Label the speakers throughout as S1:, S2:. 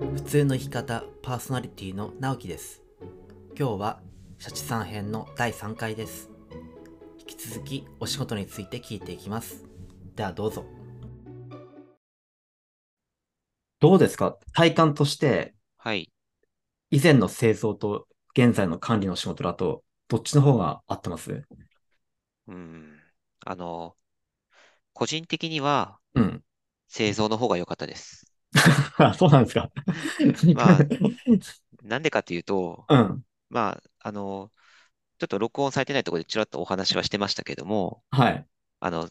S1: 普通の生き方パーソナリティの直樹です今日はシャチさん編の第3回です引き続きお仕事について聞いていきますではどうぞどうですか体感として
S2: はい。
S1: 以前の製造と現在の管理の仕事だとどっちの方が合ってます
S2: うん。あの、個人的には
S1: うん
S2: 製造の方が良かったです。
S1: あそうなんですか
S2: まあなんでかっていうと、
S1: うん
S2: まあ、あの、ちょっと録音されてないところでちらっとお話はしてましたけども、
S1: はい
S2: あの、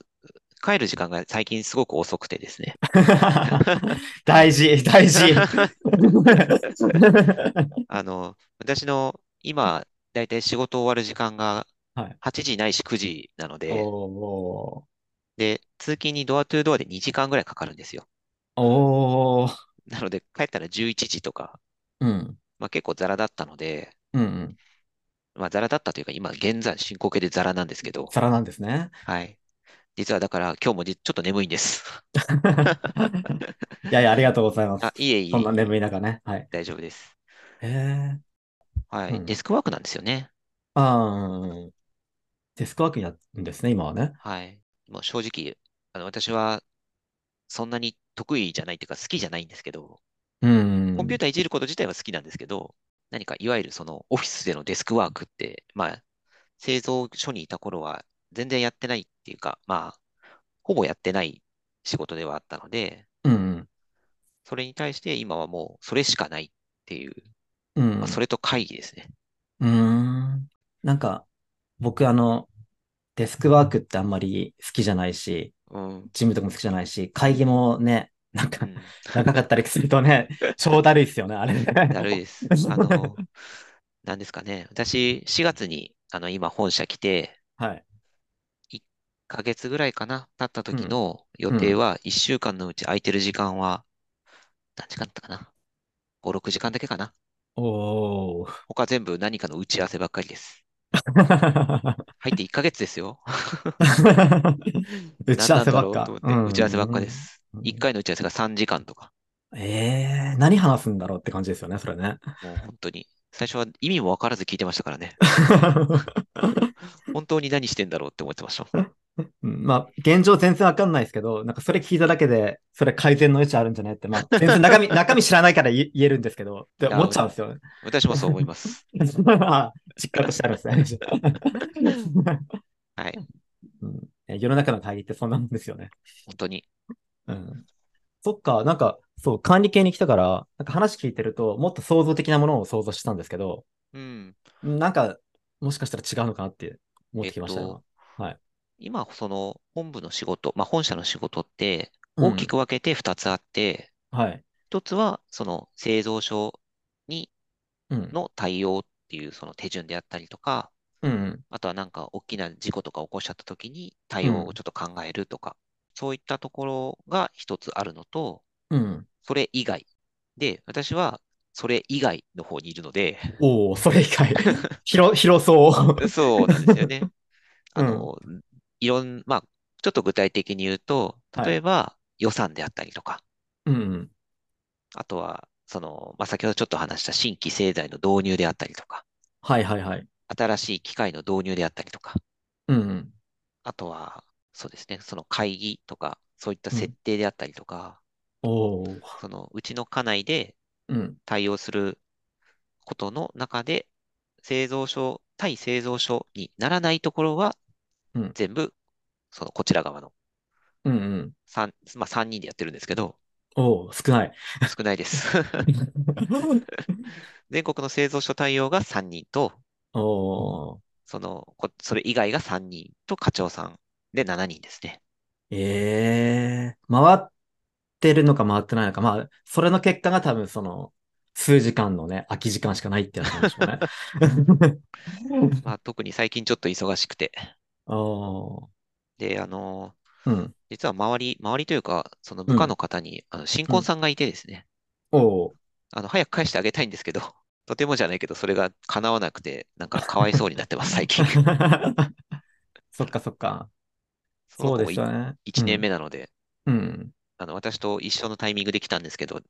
S2: 帰る時間が最近すごく遅くてです ね。
S1: 大事大事
S2: あの、私の今、だいたい仕事終わる時間が
S1: はい
S2: 8時ないし9時なので、
S1: おー
S2: で、通勤にドアトゥードアで2時間ぐらいかかるんですよ。
S1: おー
S2: なので、帰ったら11時とか、
S1: うん
S2: まあ結構ザラだったので、
S1: うんうん
S2: まあ、ザラだったというか、今、現在進行形でザラなんですけど、
S1: 皿なんですね
S2: はい。実はだから、今日もじちょっと眠いんです。
S1: いやいやありがとうございます
S2: あ、いえい
S1: そんな
S2: え、
S1: 眠い中ねはい
S2: 大丈夫です。
S1: へえ
S2: は
S1: う
S2: い。
S1: ん
S2: デスクワークなんですよね。
S1: あーデスクワークになるんですね今はね
S2: はい。もう正直、あの、私は、そんなに得意じゃないというか、好きじゃないんですけど、
S1: うん
S2: コンピューターいじること自体は好きなんですけど、何か、いわゆるその、オフィスでのデスクワークって、まあ、製造所にいた頃は、全然やってないっていうか、まあ、ほぼやってない仕事ではあったので、
S1: うん
S2: それに対して今はもうそれしかないっていう、
S1: うんうん
S2: まあ、それと会議ですね。
S1: うーん。なんか、僕、あの、デスクワークってあんまり好きじゃないし、
S2: うん。
S1: ジムとかも好きじゃないし、会議もね、なん
S2: う
S1: か、
S2: ん
S1: 長かったりすると ね、超だるいっすよね、あれね。
S2: だるいです。あの、なんですかね。私、4月に、あの、今本社来て、
S1: はい。
S2: 1ヶ月ぐらいかな、経った時
S1: うん
S2: の予定は、1週間のうち空いてる時間は、何時間だったかな。5、6時間だけかな。
S1: おー。
S2: 他全部何かの打ち合わせばっかりです。入って1ヶ月ですよ。
S1: 打ち合わせばっ
S2: 何なんだろう
S1: か
S2: と。思って打ち合わせばっかで
S1: うん。
S2: す。1回の打ち合わせが3時間とか。
S1: えー、何話すんだろうって感じですよね、それね。
S2: もう本当に。最初は意味も分からず聞いてましたからね。本当に何してんだろうって思ってましたもん。
S1: うんまあ、現状全然わかんないですけど、なんかそれ聞いただけで、それ改善の余地あるんじゃないって、ま あ、全然中身、中身知らないから言言えるんですけど、って思っちゃうんですよね。
S2: 私もそう思います。
S1: あ実感としてあるんですね。
S2: はい。
S1: うんえ世の中の会議ってそんなもんですよね。
S2: 本当に。
S1: うん、そっか、なんか、そう、管理系に来たから、なんか話聞いてると、もっと創造的なものを想像してたんですけど、
S2: うん。
S1: なんか、もしかしたら違うのかなって思ってきましたよ。
S2: 今、その本部の仕事、まあ、本社の仕事って、
S1: うん
S2: 大きく分けて2つあって、
S1: はい。
S2: 1つは、その製造所
S1: うん。
S2: の対応っていうその手順であったりとか、
S1: うんうん。
S2: あとはなんか大きな事故とか起こしちゃった時に対応をちょっと考えるとか、そういったところが1つあるのと、
S1: うん。
S2: それ以外。で、私は、それ以外の方にいるので、
S1: おお、それ以 外。広、広そう。
S2: そうなんですよね。
S1: う
S2: あ
S1: ん
S2: の、いろん、まあ、ちょっと具体的に言うと、
S1: はい
S2: 例えば予算であったりとか、
S1: うん。
S2: あとは、その、まあ、先ほどちょっと話した新規製材の導入であったりとか、
S1: はいはいはい。
S2: 新しい機械の導入であったりとか、
S1: うん。
S2: あとは、そうですね、その会議とか、そういった
S1: うん
S2: 設定であったりとか、
S1: おお。
S2: その、うちの家内で
S1: うん。
S2: 対応することの中で、製造所、対製造所にならないところは
S1: うん、
S2: 全部、その、こちら側の
S1: うんうん。
S2: 三まあ、三人でやってるんですけど、
S1: おお、少 ない。
S2: 少な いです。全国の製造所対応が3人と、
S1: おお。
S2: その、こそれ以外が3人と課長さんで7人ですね。
S1: ええ回ってるのか回ってないのか。まあ、それの結果が多分その、数時間のね、空き時間しかないってやつなんでしょうね。
S2: まあ、特に最近ちょっと忙しくて。
S1: おー
S2: で、あの、
S1: うん。
S2: 実は周り、周りというか、その部下の方に、あの、新婚さんがいてですね、
S1: おー
S2: あの、早く返してあげたいんですけど、 と てもじゃないけど、それが叶わなくて、なんかかわいそうになってます、最近。
S1: そっかそっか。
S2: その
S1: そう
S2: 子
S1: で
S2: も
S1: すよね。
S2: 1年目なので、
S1: うん。うん。
S2: あの、私と一緒のタイミングで来たんですけど、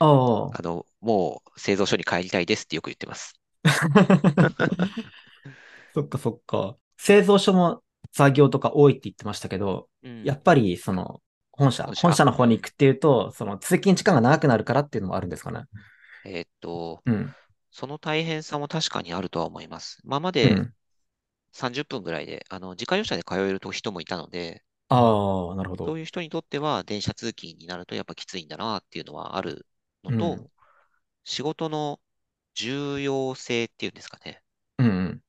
S1: おー
S2: あの、もう製造所に帰りたいですってよく言ってます。
S1: そっかそっか。製造所の作業とか多いって言ってましたけど、
S2: うん
S1: やっぱりその本社、
S2: 本社
S1: 本社の方に行くっていうと、その通勤時間が長くなるからっていうのもあるんですかね。
S2: えーっと、
S1: うん。
S2: その大変さも確かにあるとは思います。今ま
S1: う
S2: で
S1: ん、
S2: 30分ぐらいで、あの、自家用車で通える人もいたので、
S1: ああ、なるほ
S2: そ
S1: ど。
S2: ういう人にとっては電車通勤になるとやっぱきついんだなっていうのはあるのと、
S1: うん
S2: 仕事の重要性っていうんですかね。
S1: うん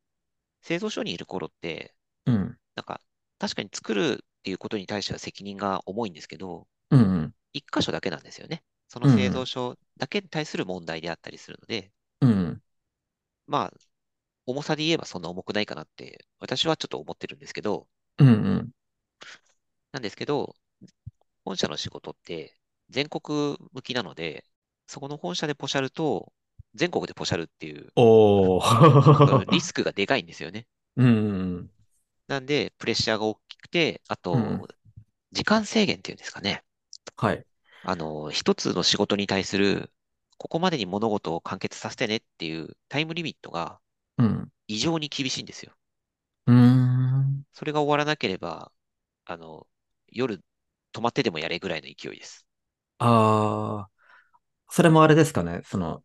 S2: 製造所にいる頃って、
S1: うん。うん。
S2: なんか、確かに作るっていうことに対しては責任が重いんですけど、
S1: うんうん。
S2: 一箇所だけなんですよね。そ
S1: うん
S2: の
S1: うん
S2: 製造所だけに対する問題であったりするので、
S1: うん。
S2: まあ、重さで言えばそんな重くないかなって、私はちょっと思ってるんですけど、
S1: うんうん。
S2: なんですけど、本社の仕事って全国向きなので、そこの本社でポシャると、全国でポシャるっていう、
S1: お
S2: その
S1: ー。
S2: リスクがでかいんですよね。
S1: うん。
S2: なんで、プレッシャーが大きくて、あと
S1: うん、
S2: 時間制限っていうんですかね。
S1: はい。
S2: あの、一つの仕事に対する、ここまでに物事を完結させてねっていうタイムリミットが
S1: うん。
S2: 異常に厳しいんですよ。
S1: うーん。
S2: それが終わらなければ、あの、夜泊まってでもやれぐらいの勢いです。
S1: ああ。それもあれですかね。その、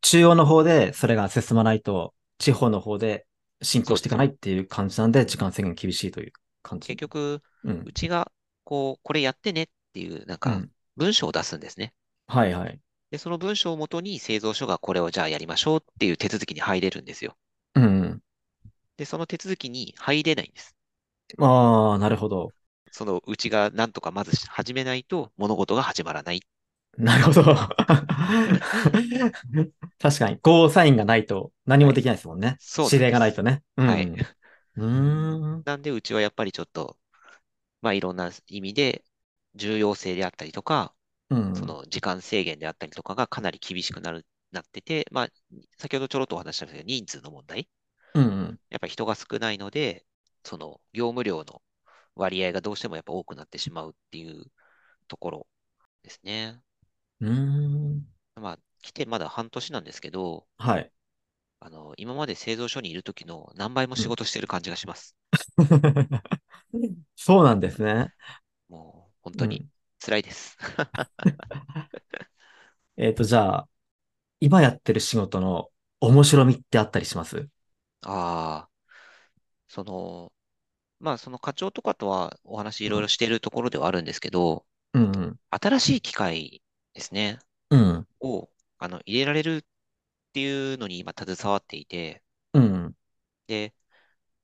S1: 中央の方でそれが進まないと、地方の方で進行していかないっていう感じなんで、時間制限厳しいという感じ。
S2: 結局、
S1: うん
S2: う。ちが、こう、これやってねっていう、なん
S1: う
S2: か、
S1: ん。
S2: 文章を出すんですね。
S1: はいはい。
S2: で、その文章をもとに製造所がこれをじゃあやりましょうっていう手続きに入れるんですよ。
S1: うん。
S2: で、その手続きに入れないんです。
S1: ああ、なるほど。
S2: そのうちがなんとかまず始めないと物事が始まらない。
S1: なるほど。 確かに、ゴーサインがないと何もできないですもんね。
S2: そうなんです
S1: 指令がないとね。うん
S2: はい
S1: うん。うーん。
S2: なんで、うちはやっぱりちょっと、まあ、いろんな意味で、重要性であったりとか、
S1: うん。
S2: その時間制限であったりとかがかなり厳しくなる、なってて、まあ、先ほどちょろっとお話ししたんですけど、人数の問題。
S1: うんうん。
S2: やっぱり人が少ないので、その業務量の割合がどうしてもやっぱ多くなってしまうっていうところですね。
S1: うーん。
S2: まあ、来てまだ半年なんですけど、
S1: はい。
S2: あの、今まで製造所にいる時の何倍も仕事してる感じがします。
S1: そうなんですね。
S2: もう、本当に辛いです。
S1: うん。えっと、じゃあ、今やってる仕事の面白みってあったりします
S2: ああ、その、まあ、その課長とかとはお話いろいろしているところではあるんですけど、
S1: うん
S2: 新しい機械ですね、
S1: うん。うん。
S2: を、あの、入れられるっていうのに今携わっていて、
S1: うん。
S2: で、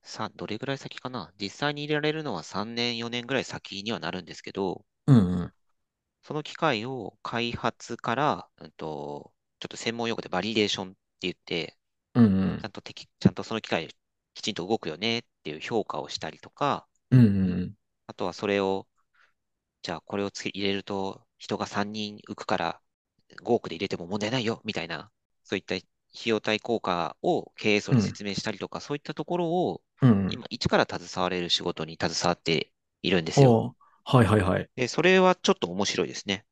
S2: さ、どれぐらい先かな実際に入れられるのは3年、4年ぐらい先にはなるんですけど、
S1: うんうん。
S2: その機械を開発から、うんと、ちょっと専門用語でバリデーションって言って、
S1: うんう
S2: ち
S1: ん
S2: ゃんと適ちゃんとその機械きちんと動くよねっていう評価をしたりとか、
S1: うんうん。
S2: あとはそれを、じゃあこれをつけ入れると人が3人浮くから5億で入れても問題ないよみたいな、そういった費用対効果を経営層に説明したりとか、そういったところを
S1: うんうん。
S2: 今一から携われる仕事に携わっているんですよ。
S1: おーはいはいはい。
S2: で、それはちょっと面白いですね。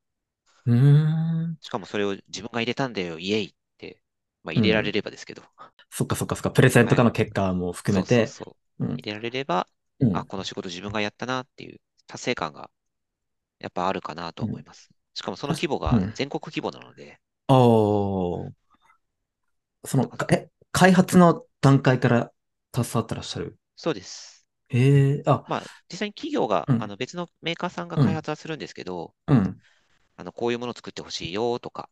S1: うーん。
S2: しかもそれを自分が入れたんだよ、イエイって、まあ、入れられればですけど、
S1: そっかそっかそっか。プレゼントかの結果も含め
S2: そうそう
S1: て。
S2: そう
S1: うん
S2: 入れられれば、
S1: うん
S2: あ、この仕事自分がやったなっていう達成感がやっぱあるかなと思います。しかもその規模が
S1: うん
S2: 全国規模なので、
S1: おーその、かえ、開発の段階から携わってらっしゃる。
S2: そうです。
S1: ええあ、
S2: まあ、実際に企業が、
S1: うん
S2: あの別のメーカーさんが開発はするんですけど、
S1: うん。
S2: あのこういうものを作ってほしいよとか、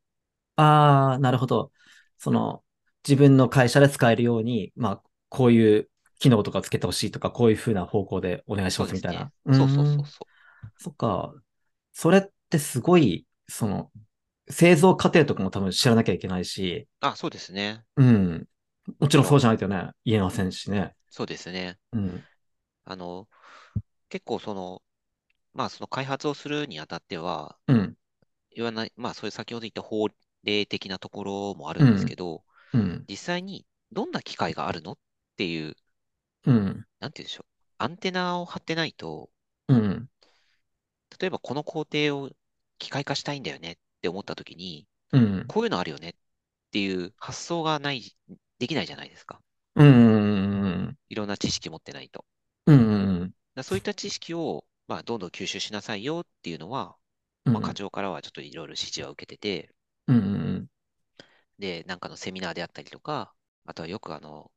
S1: ああ、なるほど。その、自分の会社で使えるように、まあ、こういう機能とかつけてほしいとか、こういうふうな方向でお願いし
S2: そ
S1: ま
S2: う
S1: す
S2: で
S1: み
S2: す
S1: たい
S2: ね
S1: な。。
S2: そうそう
S1: ー
S2: そ
S1: ん
S2: うそ
S1: そっか。それってすごい、その、製造過程とかも多分知らなきゃいけないし、
S2: う。あ、そうですね。
S1: うん。もちろんそうじゃないとね、言えませんしね。
S2: そうですね。
S1: うん。
S2: あの、結構その、まあその開発をするにあたっては、
S1: うん。
S2: 言わない、まあそういう先ほど言った法令的なところもあるんですけど、
S1: うん。
S2: 実際にどんな機会があるのっていう、
S1: うん。
S2: なんて言うんでしょう。アンテナを張ってないと、
S1: うん。
S2: 例えばこの工程を機械化したいんだよねって思った時に、
S1: うん。
S2: こういうのあるよねっていう発想がない、できないじゃないですか。
S1: うん。うん。
S2: いろんな知識持ってないと。だか
S1: うん。
S2: らそういった知識を、まあ、どんどん吸収しなさいよっていうのは、
S1: うん。
S2: まあ、課長からはちょっといろいろ指示は受けてて、
S1: うん。うん。
S2: で、なんかのセミナーであったりとか、あとはよくあの、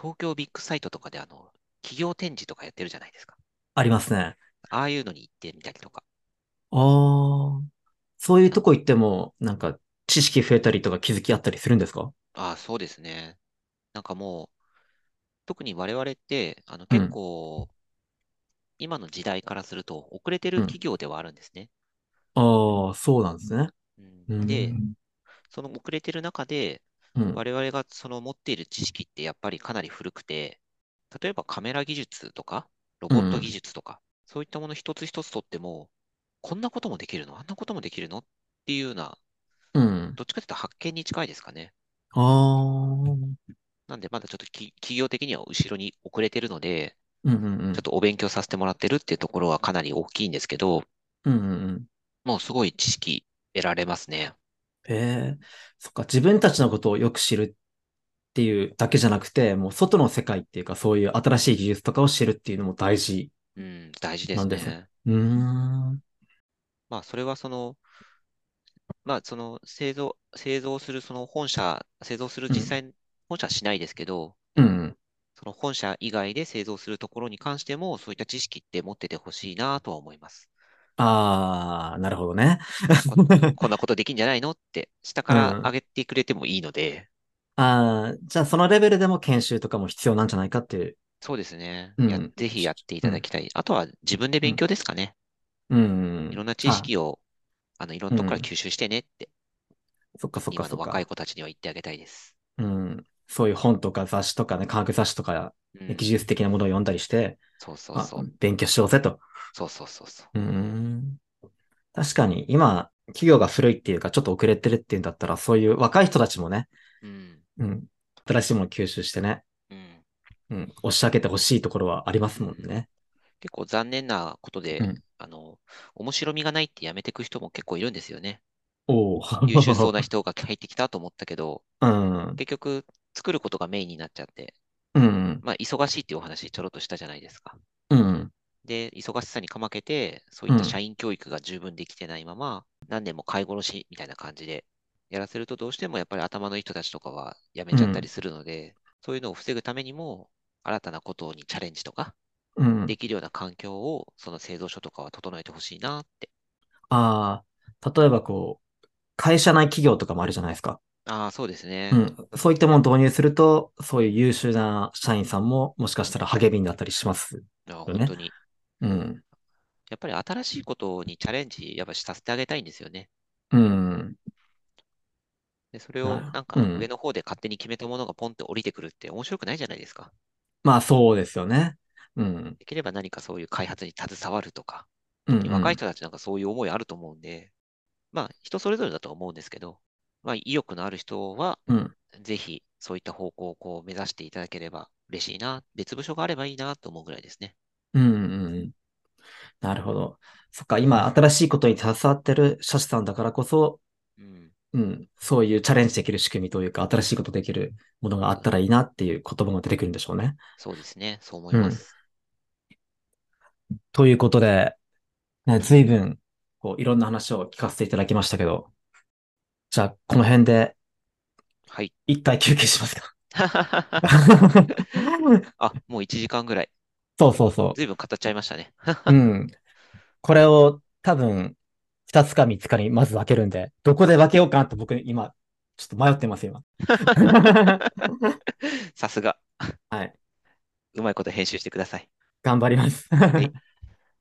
S2: 東京ビッグサイトとかであの、企業展示とかやってるじゃないですか。
S1: ありますね。
S2: ああいうのに行ってみたりとか。
S1: ああ。そういうとこ行っても、なんか、知識増えたりとか気づきあったりするんですか
S2: ああ、そうですね。なんかもう、特に我々って、あの、
S1: うん
S2: 結構、今の時代からすると遅れてる
S1: うん
S2: 企業ではあるんですね。
S1: ああ、そうなんですね。
S2: うん
S1: うん。
S2: で、その遅れてる中で、
S1: うん。
S2: 我々がその持っている知識ってやっぱりかなり古くて、例えばカメラ技術とか、ロボット技術とか、そういったもの一つ一つとっても、こんなこともできるのあんなこともできるのっていうような、
S1: うん。
S2: どっちかというと発見に近いですかね。
S1: ああ。うん
S2: なんで、まだちょっとき企業的には後ろに遅れてるので、
S1: うんうん
S2: ちょっ。とお勉強させてもらってるっていうところはかなり大きいんですけど、
S1: うんうんうん。
S2: もうすごい知識得られますね。
S1: へえ、そっか、自分たちのことをよく知るっていうだけじゃなくて、もう外の世界っていうか、そういう新しい技術とかを知るっていうのも大事。
S2: うん、大事で
S1: な
S2: す
S1: んです
S2: ね。
S1: うーん。
S2: まあ、それはその、まあ、その製造、製造するその本社、製造する
S1: うん
S2: 実際、本社はしないですけど、
S1: うん。
S2: その本社以外で製造するところに関しても、そういった知識って持っててほしいなとは思います。
S1: ああ、なるほどね。
S2: こんなことできんじゃないのって、下から
S1: うん
S2: 上げてくれてもいいので、
S1: ああ、じゃあそのレベルでも研修とかも必要なんじゃないかっていう。
S2: そうですね。
S1: うん
S2: や、ぜひやっていただきたい。あとは自分で勉強ですかね。
S1: うん。
S2: いろんな知識を、あの、いろんなとこから吸収してねって、
S1: あ。そっかそっか
S2: 今
S1: そ
S2: の
S1: っ
S2: 若い
S1: か。
S2: 子たちには言ってあげたいです。
S1: うん。そういう本とか雑誌とかね、科学雑誌とか、
S2: うん
S1: 技。術的なものを読んだりして、
S2: そうそう
S1: あ
S2: そう。、
S1: 勉強しようぜと。
S2: そうそうそうそう。
S1: うーん確かに今、企業が古いっていうか、ちょっと遅れてるっていうんだったら、そういう若い人たちもね、
S2: うん。
S1: うん、新しいものを吸収してね、
S2: うん。
S1: うん、押し上げてほしいところはありますもんね。
S2: 結構残念なことで、
S1: うん
S2: あの、面白みがないってやめてく人も結構いるんですよ ね。
S1: おお。
S2: 優秀そうな。人が入ってきたと思ったけど、
S1: うん。
S2: 結局作ることがメインになっちゃって、
S1: うん。
S2: まあ忙しいっていうお話ちょろっとしたじゃないですか。
S1: うん。
S2: で、忙しさにかまけて、そういった
S1: うん
S2: 社員教育が十分できてないまま、何年も飼い殺しみたいな感じでやらせるとどうしてもやっぱり頭のいい人たちとかはやめちゃったりするので、そういうのを防ぐためにも、新たなことにチャレンジとか
S1: うん。
S2: できるような環境を、その製造所とかは整えてほしいなって
S1: ああ、例えばこう、会社内企業とかもあるじゃないですか。
S2: ああ、そうですね
S1: う。ん。そういったものを導入すると、そういう優秀な社員さんも、もしかしたら励みになったりします。
S2: いや
S1: よね
S2: 本当に。
S1: うん。
S2: やっぱり新しいことにチャレンジ、やっぱしさせてあげたいんですよね。
S1: うん。
S2: で、それを
S1: なる
S2: なんか
S1: うん
S2: 上の方で勝手に決めたものがポンって降りてくるって面白くないじゃないですか。
S1: まあ、そうですよね。うん。
S2: できれば何かそういう開発に携わるとか、
S1: うん、うん。
S2: 若い人たちなんかそういう思いあると思うんで、まあ人それぞれだとは思うんですけど、まあ意欲のある人は
S1: うん。
S2: ぜひそういった方向をこう目指していただければ嬉しいな、別部署があればいいなと思うぐらいですね。
S1: うんうんうん。なるほど。そっか、今、新しいことに携わってる社主さんだからこそ、
S2: うん。
S1: うん、そういうチャレンジできる仕組みというか、新しいことできるものがあったらいいなっていう言葉も出てくるんでしょうね。
S2: そうですね。そう思
S1: う
S2: い
S1: ん
S2: ます。
S1: ということで、ね、随分、こう、いろんな話を聞かせていただきましたけど、じゃあ、この辺で
S2: はい。
S1: 一回休憩します か。
S2: あ、もう1時間ぐらい。
S1: そうそうそ
S2: ずいぶん語っちゃいましたね。
S1: う。うん。これを多分、二つか三つかにまず分けるんで、どこで分けようかなと僕今、ちょっと迷ってます、 今。
S2: さすが。
S1: はい。
S2: うまいこと編集してください。
S1: 頑張ります。
S2: い